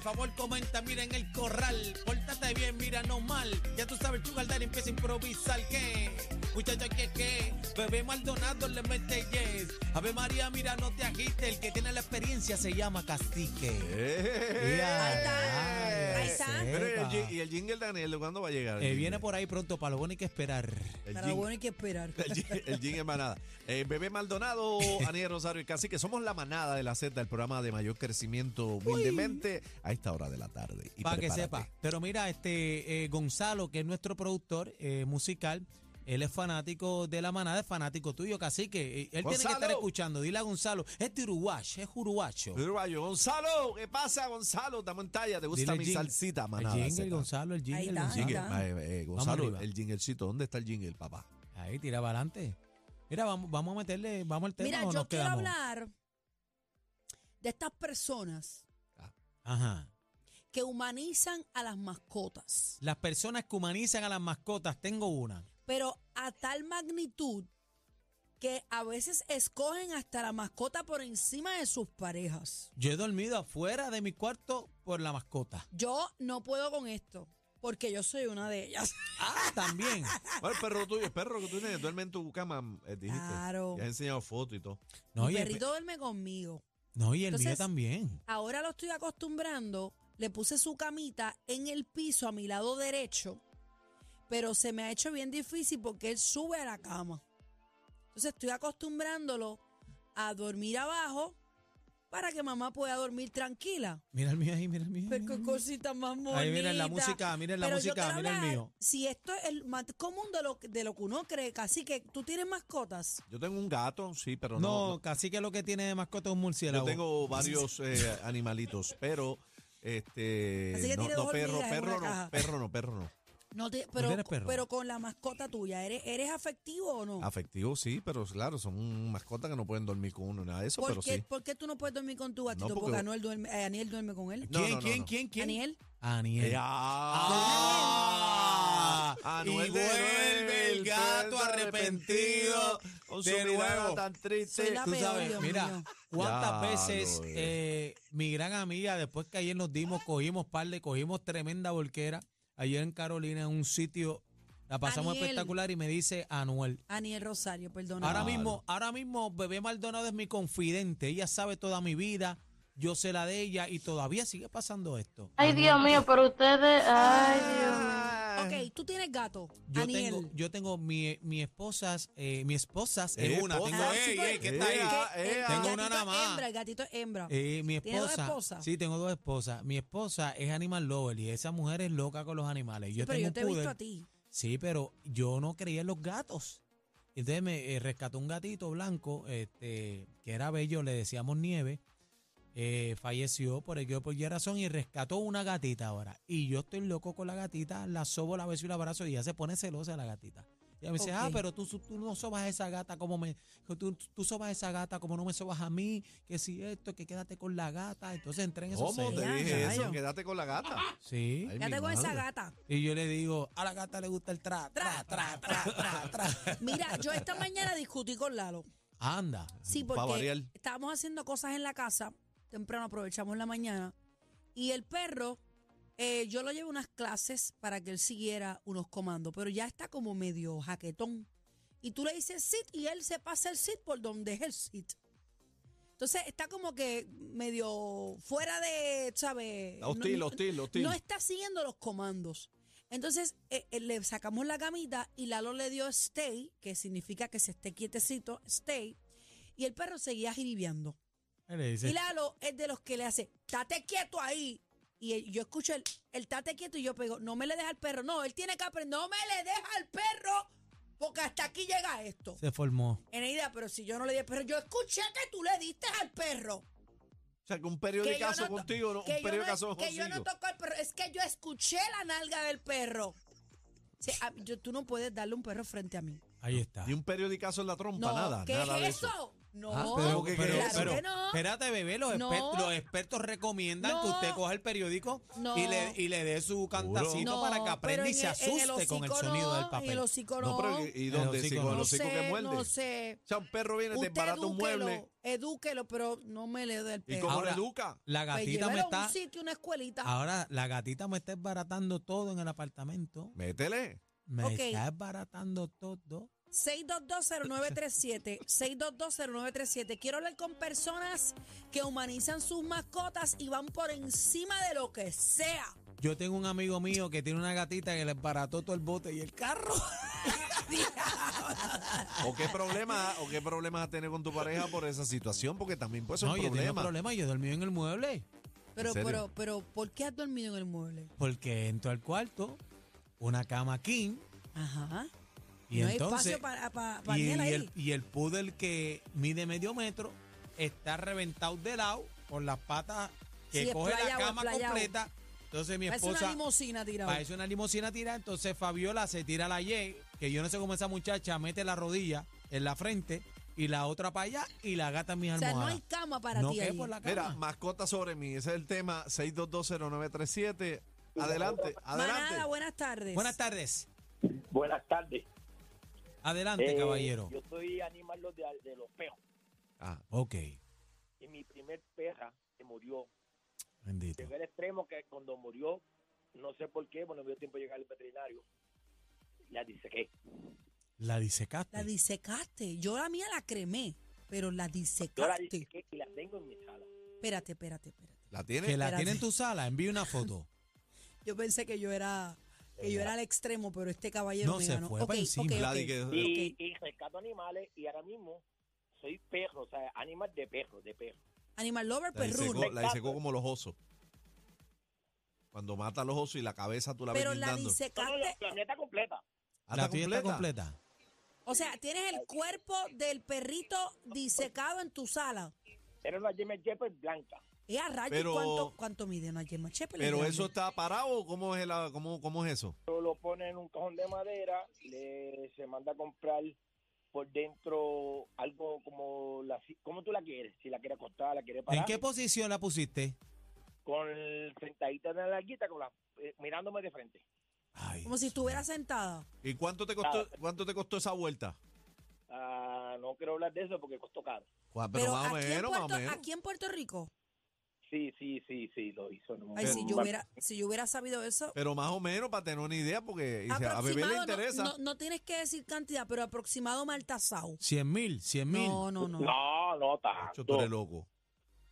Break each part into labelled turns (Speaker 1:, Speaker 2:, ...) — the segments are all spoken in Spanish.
Speaker 1: favor comenta, mira en el corral. Pórtate bien, mira no mal. Ya tú sabes, Sugar Daddy empieza a improvisar. ¿Qué? Muchacha, ¿qué qué? Bebé Maldonado le mete yes. Ave María, mira, no te agites. El que tiene la experiencia se llama
Speaker 2: Eh,
Speaker 1: Castique. Ya,
Speaker 3: Ahí está.
Speaker 1: ya,
Speaker 3: Ahí está.
Speaker 1: sepa.
Speaker 2: Pero ¿y el jing- ¿Y el jingle Daniel cuándo va a llegar? el
Speaker 1: Eh,
Speaker 2: jingle?
Speaker 1: viene por ahí pronto, para lo bueno hay que esperar.
Speaker 2: El
Speaker 3: Para lo
Speaker 2: jing-
Speaker 3: bueno hay que esperar.
Speaker 2: El jing- El Jing es manada. Eh, Bebé Maldonado, Aniel Rosario y Cacique. Somos la manada de la Z, el programa de mayor crecimiento humildemente a esta hora de la tarde. Y
Speaker 1: Para que
Speaker 2: prepárate.
Speaker 1: sepa. Pero mira, este eh, Gonzalo, que es nuestro productor eh, musical, él es fanático de la manada, es fanático tuyo, cacique. Eh, Él tiene que
Speaker 2: Gonzalo.
Speaker 1: estar escuchando. Dile a Gonzalo, este uruguayo, es uruguayo.
Speaker 2: Uruguayo, Gonzalo, ¿qué pasa, Gonzalo? Estamos en talla, ¿te gusta
Speaker 1: Dile el
Speaker 2: mi
Speaker 1: jing-
Speaker 2: salsita, manada?
Speaker 1: El jingle,
Speaker 2: Z?
Speaker 1: Gonzalo, el jingle,
Speaker 3: Ahí está, ahí
Speaker 1: Gonzalo.
Speaker 2: Jingle,
Speaker 3: está.
Speaker 2: eh, eh,
Speaker 1: Vamos
Speaker 2: Gonzalo,
Speaker 1: arriba.
Speaker 2: el jinglecito, ¿dónde está el jingle, papá?
Speaker 1: Ahí, tira para adelante. Mira, vamos, vamos a meterle, vamos al tema
Speaker 3: Mira,
Speaker 1: o
Speaker 3: yo
Speaker 1: nos
Speaker 3: quiero
Speaker 1: quedamos.
Speaker 3: hablar de estas personas
Speaker 1: Ajá.
Speaker 3: que humanizan a las mascotas,
Speaker 1: Las personas que humanizan a las mascotas, tengo una.
Speaker 3: pero a tal magnitud que a veces escogen hasta la mascota por encima de sus parejas.
Speaker 1: Yo he dormido afuera de mi cuarto por la mascota.
Speaker 3: Yo no puedo con esto, porque yo soy una de ellas.
Speaker 1: Ah, también.
Speaker 2: Bueno, el perro tuyo, el perro que tú tienes, duerme en tu cama, eh, dijiste.
Speaker 3: Claro.
Speaker 2: Y has enseñado fotos y todo.
Speaker 1: No,
Speaker 3: Mi
Speaker 1: y el,
Speaker 3: perrito duerme conmigo.
Speaker 1: no, y el mío
Speaker 3: Entonces-
Speaker 1: también.
Speaker 3: Ahora lo estoy acostumbrando. Le puse su camita en el piso a mi lado derecho, pero se me ha hecho bien difícil porque él sube a la cama. Entonces estoy acostumbrándolo a dormir abajo para que mamá pueda dormir tranquila.
Speaker 1: Mira el mío ahí, mira el mío.
Speaker 3: Pero
Speaker 1: mira
Speaker 3: qué
Speaker 1: el mío.
Speaker 3: cositas más bonitas.
Speaker 1: Mm. Ahí miren la música, miren la
Speaker 3: Pero yo
Speaker 1: música,
Speaker 3: quiero
Speaker 1: miren el
Speaker 3: hablar,
Speaker 1: mío.
Speaker 3: Si esto es el más común de lo, de lo que uno cree, casi que tú tienes mascotas.
Speaker 2: Yo tengo un gato, sí, pero no- no
Speaker 1: No, casi que lo que tiene de mascota es un murciélago.
Speaker 2: Yo tengo varios eh, animalitos, pero este
Speaker 3: Así que
Speaker 2: no,
Speaker 3: tiene
Speaker 2: no,
Speaker 3: dos
Speaker 2: perro,
Speaker 3: hormigas en
Speaker 2: perro
Speaker 3: una
Speaker 2: no,
Speaker 3: caja.
Speaker 2: perro no, perro no.
Speaker 3: No te- pero,
Speaker 1: tienes perro?
Speaker 3: pero con la mascota tuya, ¿eres, eres afectivo o no?
Speaker 2: Afectivos sí, pero claro, son mascotas que no pueden dormir con uno, nada de eso,
Speaker 3: ¿Por
Speaker 2: pero
Speaker 3: qué,
Speaker 2: sí.
Speaker 3: por qué tú no puedes dormir con tu gatito?
Speaker 2: No, porque-
Speaker 3: porque Anuel duerme, eh, Aniel duerme con él.
Speaker 2: No,
Speaker 1: ¿Quién,
Speaker 2: no, no,
Speaker 1: quién,
Speaker 2: no.
Speaker 1: quién, quién?
Speaker 3: ¿Aniel?
Speaker 1: Aniel.
Speaker 2: ¡Ah!
Speaker 1: Ah,
Speaker 2: Anuel
Speaker 1: y
Speaker 2: de
Speaker 1: vuelve el
Speaker 2: Noel,
Speaker 1: gato
Speaker 2: está
Speaker 1: arrepentido
Speaker 2: con
Speaker 1: de
Speaker 2: su mirada
Speaker 1: nuevo.
Speaker 2: tan triste.
Speaker 3: Soy la
Speaker 1: Tú
Speaker 3: peor,
Speaker 1: sabes,
Speaker 3: Dios
Speaker 1: mira,
Speaker 3: mío.
Speaker 1: cuántas
Speaker 2: Ya,
Speaker 1: veces
Speaker 2: lo es.
Speaker 1: eh, mi gran amiga, después que ayer nos dimos, cogimos par de, cogimos tremenda volquera, ayer en Carolina, en un sitio, la pasamos
Speaker 3: Aniel.
Speaker 1: espectacular y me dice Anuel.
Speaker 3: Aniel Rosario, perdona.
Speaker 1: Ahora
Speaker 2: Claro.
Speaker 1: mismo, ahora mismo Bebé Maldonado es mi confidente, ella sabe toda mi vida, yo sé la de ella y todavía sigue pasando esto.
Speaker 4: Ay, Dios mío, pero ustedes, ay, Dios mío.
Speaker 3: Ok, tú tienes gato.
Speaker 1: Yo
Speaker 3: Aniel.
Speaker 1: tengo, yo tengo mi, mi esposas, eh, mi esposas es
Speaker 2: Eh,
Speaker 1: una,
Speaker 2: esposa.
Speaker 1: tengo,
Speaker 2: Ah,
Speaker 1: ey,
Speaker 3: sí, pues,
Speaker 1: ey, que está ahí.
Speaker 3: porque
Speaker 2: Ea,
Speaker 3: el
Speaker 2: ea.
Speaker 1: Tengo
Speaker 3: gatito
Speaker 1: una nada
Speaker 3: es
Speaker 1: más.
Speaker 3: Hembra, el gatito es hembra.
Speaker 1: Eh, mi
Speaker 3: ¿Tienes dos
Speaker 1: esposa.
Speaker 3: esposas?
Speaker 1: Sí, tengo dos esposas. Mi esposa es animal lover y esa mujer es loca con los animales. Yo
Speaker 3: pero
Speaker 1: tengo
Speaker 3: yo
Speaker 1: un
Speaker 3: te he visto
Speaker 1: poodle.
Speaker 3: a ti.
Speaker 1: Sí, pero yo no creía en los gatos. Entonces me eh, rescató un gatito blanco, este, que era bello, le decíamos nieve. Eh, falleció por el que por qué razón y rescató una gatita ahora. Y yo estoy loco con la gatita, la sobo, la beso y la abrazo y ella se pone celosa la gatita. Y ella me dice, ah,
Speaker 3: Ok.
Speaker 1: pero tú, tú no sobas a esa gata como me, tú, tú sobas a esa gata como no me sobas a mí, que si esto, que quédate con la gata. Entonces entré en esos
Speaker 2: ¿Cómo te
Speaker 1: celos.
Speaker 3: Ea,
Speaker 2: dije eso?
Speaker 3: rayo.
Speaker 2: Quédate con la gata.
Speaker 1: Sí.
Speaker 2: Ay,
Speaker 3: Ya
Speaker 2: mi
Speaker 3: tengo esa
Speaker 2: madre.
Speaker 3: gata.
Speaker 1: Y yo le digo, a la gata le gusta el tra, tra, tra, tra, tra, tra.
Speaker 3: Mira, yo esta mañana discutí con Lalo.
Speaker 1: Anda.
Speaker 3: Sí,
Speaker 2: Pa' variar.
Speaker 3: porque estábamos haciendo cosas en la casa, temprano aprovechamos la mañana, y el perro, eh, yo lo llevé a unas clases para que él siguiera unos comandos, pero ya está como medio jaquetón. Y tú le dices sit y él se pasa el sit por donde es el sit. Entonces está como que medio fuera de, ¿sabes?
Speaker 2: Está Hostil,
Speaker 3: No-
Speaker 2: hostil, hostil.
Speaker 3: no está siguiendo los comandos. Entonces eh, eh, le sacamos la camita y Lalo le dio stay, que significa que se esté quietecito, stay, y el perro seguía jiribeando.
Speaker 1: Él le dice,
Speaker 3: Y Lalo es de los que le hace, tate quieto ahí. Y él- yo escucho el, el tate quieto y yo pego, no me le deja al perro, no, él tiene que aprender, no me le deja al perro, porque hasta aquí llega esto.
Speaker 1: se formó.
Speaker 3: En idea, pero si yo no le di al perro, yo escuché que tú le diste al perro.
Speaker 2: O sea, que un periodicazo
Speaker 3: no to-
Speaker 2: contigo, no,
Speaker 3: que
Speaker 2: un
Speaker 3: yo no-
Speaker 2: periodicazo
Speaker 3: que yo no
Speaker 2: contigo.
Speaker 3: toco al perro, es que yo escuché la nalga del perro. Sí, ah, a- yo- tú no puedes darle un perro frente a mí.
Speaker 1: Ahí está.
Speaker 2: Y un periodicazo en la trompa,
Speaker 3: No,
Speaker 2: nada,
Speaker 3: ¿qué
Speaker 2: nada de
Speaker 3: es eso? No,
Speaker 2: Ah,
Speaker 1: Pero,
Speaker 2: que-
Speaker 1: pero-
Speaker 2: que-
Speaker 3: claro
Speaker 1: pero,
Speaker 3: que no.
Speaker 1: espérate, bebé, los,
Speaker 3: No.
Speaker 1: exper- los expertos recomiendan que
Speaker 3: No.
Speaker 1: usted coja el periódico
Speaker 3: No.
Speaker 1: y le, y le dé su cantacito
Speaker 3: No,
Speaker 1: para que aprenda
Speaker 3: pero
Speaker 1: y
Speaker 3: en
Speaker 1: se
Speaker 3: el- en el
Speaker 1: asuste con el
Speaker 3: hocico
Speaker 1: sonido
Speaker 3: no,
Speaker 1: del
Speaker 3: En el
Speaker 1: papel.
Speaker 3: hocico no.
Speaker 2: No, pero ¿y- ¿y
Speaker 1: El
Speaker 2: dónde
Speaker 1: hocico
Speaker 2: sigo?
Speaker 1: no.
Speaker 2: ¿El
Speaker 3: no
Speaker 2: hocico que
Speaker 3: sé,
Speaker 2: muerde?
Speaker 3: no sé.
Speaker 2: O sea, un perro viene, te
Speaker 3: Usted
Speaker 2: embarata un mueble.
Speaker 3: edúquelo, edúquelo, pero no me le dé el
Speaker 2: ¿Y
Speaker 3: pelo.
Speaker 2: cómo lo
Speaker 1: Ahora,
Speaker 2: educa?
Speaker 1: La
Speaker 3: Pues
Speaker 1: gatita me
Speaker 3: llévelo a
Speaker 1: está. Ah,
Speaker 3: un sitio, una escuelita.
Speaker 1: Ahora, la gatita me está desbaratando todo en el apartamento.
Speaker 2: Métele.
Speaker 1: Me
Speaker 3: Ok.
Speaker 1: está desbaratando todo.
Speaker 3: 6220937, 6220937. Quiero hablar con personas que humanizan sus mascotas y van por encima de lo que sea.
Speaker 1: Yo tengo un amigo mío que tiene una gatita que le desbarató todo el bote y el carro.
Speaker 2: ¿O qué problema, o qué problemas has tenido con tu pareja por esa situación? Porque también puede ser
Speaker 1: No,
Speaker 2: un
Speaker 1: yo tengo
Speaker 2: problema.
Speaker 1: problemas. Yo dormí en el mueble
Speaker 3: Pero,
Speaker 2: serio?
Speaker 3: pero, pero, ¿por qué has dormido en el mueble?
Speaker 1: porque entró al cuarto, una cama king
Speaker 3: Ajá.
Speaker 1: y
Speaker 3: no hay
Speaker 1: entonces.
Speaker 3: espacio para, para,
Speaker 1: y,
Speaker 3: él
Speaker 1: y
Speaker 3: ahí.
Speaker 1: el, y el poodle que mide medio metro está reventado de lado con las patas que
Speaker 3: Sí,
Speaker 1: coge la
Speaker 3: esplayado,
Speaker 1: cama
Speaker 3: esplayado.
Speaker 1: completa. Entonces mi
Speaker 3: Parece
Speaker 1: esposa
Speaker 3: una limosina tirada.
Speaker 1: parece una limusina tirada. Entonces Fabiola se tira la Y, que yo no sé cómo esa muchacha mete la rodilla en la frente y la otra para allá y la gata en mis
Speaker 3: O sea, no
Speaker 1: almohadas.
Speaker 3: hay cama para ti
Speaker 1: cae
Speaker 3: ahí.
Speaker 1: por la cama.
Speaker 2: Mira, mascota sobre mí. Ese es el tema. 6220937. Adelante, adelante.
Speaker 3: Manada, buenas tardes.
Speaker 1: Buenas tardes.
Speaker 5: Buenas tardes.
Speaker 1: Adelante,
Speaker 5: Eh,
Speaker 1: caballero.
Speaker 5: Yo soy animal de, de los peos.
Speaker 2: Ah,
Speaker 1: Ok,
Speaker 5: Y mi primer perra se murió.
Speaker 1: bendito.
Speaker 5: Llegó al extremo que cuando murió, no sé por qué, bueno, me dio tiempo de llegar al veterinario. La dice que
Speaker 1: La disecaste.
Speaker 3: La disecaste. Yo la mía la cremé, pero la
Speaker 5: yo la
Speaker 3: disecaste.
Speaker 5: disequé y la tengo en mi sala.
Speaker 3: Espérate, espérate, espérate.
Speaker 2: ¿La tiene?
Speaker 1: que la
Speaker 3: Espérate.
Speaker 1: tiene en tu sala, envía una foto.
Speaker 3: Yo pensé que yo era que yo era al extremo, pero este caballero
Speaker 1: No,
Speaker 3: me
Speaker 1: se
Speaker 3: ganó.
Speaker 1: fue para
Speaker 3: Ok,
Speaker 1: encima.
Speaker 3: ok, ok.
Speaker 2: La di que-
Speaker 5: Y,
Speaker 3: Ok.
Speaker 5: y rescato animales y ahora mismo soy perro, o sea, animal de perro, de perro.
Speaker 3: Animal lover, pues
Speaker 2: La
Speaker 3: perruno.
Speaker 2: disecó, la disecó como los osos. Cuando mata a los osos y la cabeza tú la ves
Speaker 3: Pero la
Speaker 2: guindando.
Speaker 5: No, no, la
Speaker 3: disecaste,
Speaker 5: planeta completa.
Speaker 2: Ah,
Speaker 1: la
Speaker 2: ¿está
Speaker 1: tuya está completa.
Speaker 3: o sea, tienes el cuerpo del perrito disecado en tu sala.
Speaker 5: Era una Jimmy Shepherd blanca.
Speaker 3: Y a rayos,
Speaker 2: Pero-
Speaker 3: ¿cuánto, ¿cuánto mide una yema Shepherd?
Speaker 2: Pero
Speaker 3: Grande.
Speaker 2: eso está parado, o ¿cómo es, la, cómo, cómo es eso?
Speaker 5: Pero lo pone en un cajón de madera, le, se manda a comprar por dentro algo como la como tú la quieres, si la quieres acostar, la quieres parar.
Speaker 1: ¿En qué posición la pusiste?
Speaker 5: con el sentadita en la larguita, con la, eh, mirándome de frente.
Speaker 1: Ay,
Speaker 3: Como si
Speaker 1: Dios
Speaker 3: estuviera sentada.
Speaker 2: ¿Y cuánto te costó,
Speaker 5: Nada.
Speaker 2: cuánto te costó esa vuelta?
Speaker 5: Ah, no quiero hablar de eso porque costó caro.
Speaker 2: Juan,
Speaker 3: Pero,
Speaker 2: pero más o
Speaker 3: aquí, en
Speaker 2: menos, más o
Speaker 3: Puerto,
Speaker 2: menos.
Speaker 3: aquí en Puerto Rico.
Speaker 5: Sí, sí, sí, sí, lo hizo. en un
Speaker 3: Ay, si
Speaker 5: momento.
Speaker 3: yo hubiera, si yo hubiera sabido eso.
Speaker 2: Pero más o menos para tener una idea, porque dice, a bebé le
Speaker 3: Aproximado, no-
Speaker 2: interesa.
Speaker 3: no, no tienes que decir cantidad, pero aproximado Maltasau.
Speaker 1: 100 mil, 100 mil.
Speaker 3: No, no, no.
Speaker 5: No, no
Speaker 2: Ocho, tú eres
Speaker 5: tanto.
Speaker 2: loco.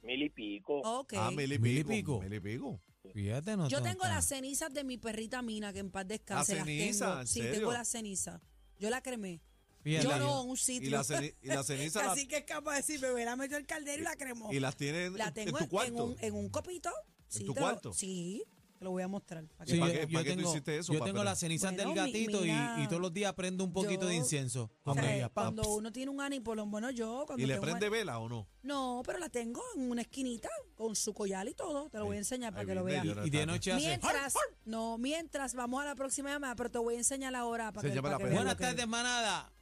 Speaker 5: Mil y pico.
Speaker 3: Ok.
Speaker 2: Ah, mil y
Speaker 1: Mil y
Speaker 2: pico. Mil y
Speaker 1: pico.
Speaker 2: pico.
Speaker 1: Fíjate, no
Speaker 3: Yo
Speaker 1: tan-
Speaker 3: tengo las
Speaker 1: tan-
Speaker 3: cenizas de mi perrita Mina, que en paz descanse.
Speaker 2: ¿La
Speaker 3: las
Speaker 2: ceniza?
Speaker 3: tengo.
Speaker 2: ¿En
Speaker 3: Sí,
Speaker 2: serio?
Speaker 3: tengo las cenizas. Yo la cremé.
Speaker 1: Fíjate,
Speaker 3: Yo
Speaker 2: la-
Speaker 3: no, en un
Speaker 2: Y,
Speaker 3: sitio.
Speaker 2: la ceni- y la ceniza la-
Speaker 3: Así que es capaz de decir, bebé, la metió el caldero y la cremó.
Speaker 2: y las tienes
Speaker 3: la
Speaker 2: en
Speaker 3: tengo
Speaker 2: tu
Speaker 3: en,
Speaker 2: cuarto.
Speaker 3: un, en un copito. Sí,
Speaker 2: tu
Speaker 3: te lo-
Speaker 2: cuarto?
Speaker 3: sí, te lo voy a mostrar. para que
Speaker 1: Sí,
Speaker 2: ¿Para
Speaker 1: yo,
Speaker 2: qué-
Speaker 1: yo
Speaker 2: para qué tú
Speaker 1: tengo,
Speaker 2: hiciste eso,
Speaker 1: yo
Speaker 2: papá?
Speaker 1: tengo las cenizas del
Speaker 3: Bueno, mi-
Speaker 1: gatito y- y,
Speaker 3: mira.
Speaker 1: todos los días prendo un poquito
Speaker 3: Yo-
Speaker 1: de incienso con
Speaker 3: O sea,
Speaker 1: ella. pa,
Speaker 3: cuando
Speaker 1: pss.
Speaker 3: uno tiene un ánimo, por lo menos yo, cuando
Speaker 2: ¿Y le
Speaker 3: tengo
Speaker 2: prende
Speaker 3: un-
Speaker 2: vela o no?
Speaker 3: No, pero la tengo en una esquinita con su collar y todo. Te lo voy a
Speaker 2: Ahí-
Speaker 3: enseñar para
Speaker 2: ahí
Speaker 3: que lo
Speaker 2: viene,
Speaker 3: veas.
Speaker 2: yo no-
Speaker 1: y de noche hace.
Speaker 3: Mientras, no, mientras vamos a la próxima llamada, pero te voy a enseñar la hora para
Speaker 2: Se
Speaker 3: que,
Speaker 2: llama
Speaker 3: para
Speaker 2: la
Speaker 3: que
Speaker 2: pena.
Speaker 3: veas lo
Speaker 1: Buenas
Speaker 3: que-
Speaker 1: tardes, manada.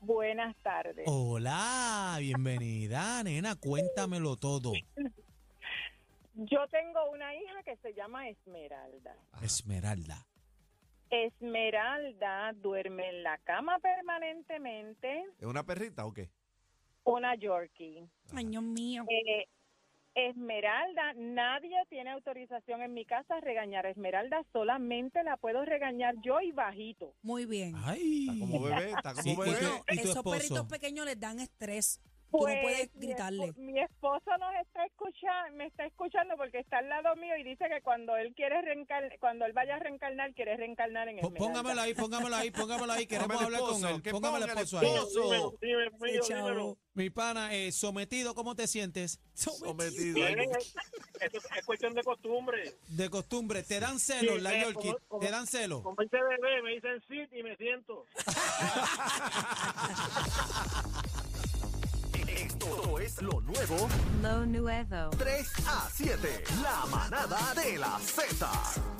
Speaker 6: Buenas tardes.
Speaker 3: Oh.
Speaker 1: Hola, bienvenida, nena. Cuéntamelo todo.
Speaker 6: Yo tengo una hija que se llama Esmeralda.
Speaker 2: Ajá.
Speaker 1: Esmeralda.
Speaker 6: Esmeralda duerme en la cama permanentemente,
Speaker 2: ¿Es una perrita o qué?
Speaker 6: una Yorkie.
Speaker 3: Ay, Dios mío.
Speaker 6: Eh, Esmeralda, nadie tiene autorización en mi casa a regañar a Esmeralda, solamente la puedo regañar yo y bajito.
Speaker 3: Muy bien.
Speaker 1: Ay.
Speaker 2: Está como bebé, está
Speaker 1: Sí,
Speaker 2: como
Speaker 1: y
Speaker 2: bebé.
Speaker 1: tú- y tu
Speaker 3: Esos perritos
Speaker 1: esposo.
Speaker 3: pequeños les dan estrés. Tú no puedes
Speaker 6: Pues, mi espo-
Speaker 3: gritarle.
Speaker 6: Mi, esposo nos está escuchando, me está escuchando porque está al lado mío y dice que cuando él quiere reencarnar, cuando él vaya a reencarnar, quiere reencarnar en
Speaker 1: Pó-
Speaker 6: Esmeralda.
Speaker 1: Póngamelo ahí, póngamelo ahí, póngamelo ahí. Queremos
Speaker 2: Póngame el
Speaker 1: hablar con
Speaker 2: esposo,
Speaker 1: él.
Speaker 2: que
Speaker 1: Póngame el
Speaker 2: ponga el
Speaker 1: esposo ahí.
Speaker 2: esposo. Dímelo,
Speaker 5: dímelo,
Speaker 6: pues,
Speaker 3: Sí, chao.
Speaker 1: Mi pana, eh, sometido, ¿cómo te sientes?
Speaker 2: Sometido.
Speaker 5: es cuestión de costumbre.
Speaker 1: De costumbre, te dan celos,
Speaker 5: Sí,
Speaker 1: la
Speaker 5: eh,
Speaker 1: Yorkie.
Speaker 5: como- como-
Speaker 1: Te dan celos.
Speaker 5: Como este bebé me dicen sit y me siento.
Speaker 7: Esto es lo nuevo. Lo nuevo. 3 a 7. La manada de la Z.